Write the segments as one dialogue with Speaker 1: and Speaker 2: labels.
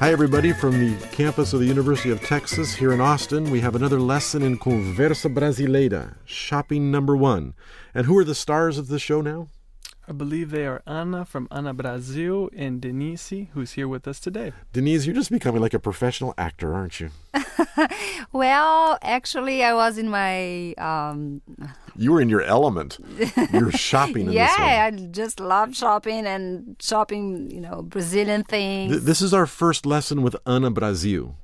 Speaker 1: Hi, everybody, from the campus of the University of Texas here in Austin. We have another lesson in Conversa Brasileira, shopping number one. And who are the stars of the show now?
Speaker 2: I believe they are Ana from Ana Brazil and Denise, who's here with us today.
Speaker 1: Denise, you're just becoming like a professional actor, aren't you?
Speaker 3: Well, actually, I was in my um,
Speaker 1: You were in your element. You're shopping in this one.
Speaker 3: yeah. I just love shopping and shopping, you know, Brazilian things.
Speaker 1: Th- this is our first lesson with Ana Brazil.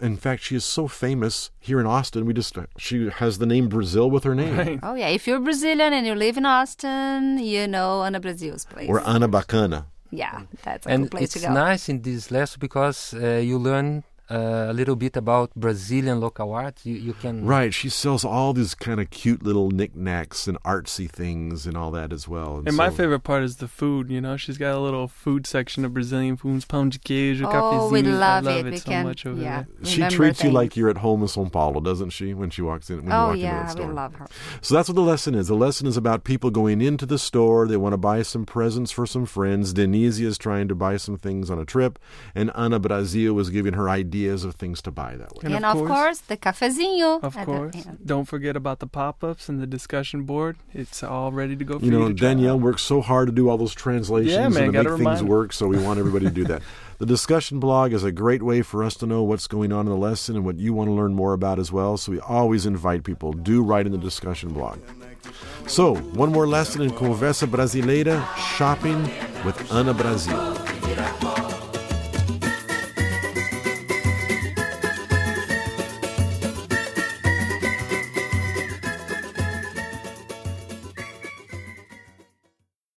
Speaker 1: In fact, she is so famous here in Austin. We just she has the name Brazil with her name,
Speaker 3: oh yeah, if you're Brazilian and you live in Austin, you know Ana Brazil's place.
Speaker 1: or Ana Bacana.
Speaker 3: yeah, that's a
Speaker 4: and
Speaker 3: good place
Speaker 4: it's
Speaker 3: to go.
Speaker 4: nice in this lesson because uh, you learn uh, a little bit about Brazilian local art. You, you can
Speaker 2: Mm-hmm.
Speaker 1: Right, she sells all these kind of cute little knickknacks and artsy things and all that as well.
Speaker 2: And my
Speaker 1: so-
Speaker 2: favorite part is the food. You know, she's got a little food section of Brazilian foods, pão de queijo,
Speaker 3: oh,
Speaker 2: cafezinho.
Speaker 3: we love,
Speaker 2: I love
Speaker 3: it.
Speaker 2: it,
Speaker 3: We
Speaker 2: so
Speaker 3: can,
Speaker 2: much over
Speaker 3: yeah.
Speaker 2: there.
Speaker 1: She
Speaker 3: remember
Speaker 1: treats you
Speaker 3: things.
Speaker 1: like you're at home in São Paulo, doesn't she? When she walks in, when you
Speaker 3: Oh
Speaker 1: walk into
Speaker 3: yeah,
Speaker 1: the
Speaker 3: we
Speaker 1: store.
Speaker 3: love her.
Speaker 1: So that's what the lesson is. The lesson is about people going into the store. They want to buy some presents for some friends. Denise is trying to buy some things on a trip, and Ana Brazil was giving her ideas of things to buy that way.
Speaker 2: And
Speaker 3: And,
Speaker 2: of
Speaker 3: of,
Speaker 2: course-
Speaker 3: course, the cafezinho.
Speaker 2: Of
Speaker 3: at the
Speaker 2: course.
Speaker 3: end.
Speaker 2: Don't forget about the pop ups and the discussion board. It's all ready to go for
Speaker 1: You know,
Speaker 2: to try.
Speaker 1: Danielle works so hard to do all those translations
Speaker 2: Yeah, man,
Speaker 1: and to
Speaker 2: gotta
Speaker 1: make
Speaker 2: remind
Speaker 1: things
Speaker 2: her.
Speaker 1: work, so we want everybody to do that. The discussion blog is a great way for us to know what's going on in the lesson and what you want to learn more about as well. So we always invite people, do write in the discussion blog. So, one more lesson in Conversa Brasileira, shopping with Ana Brazil.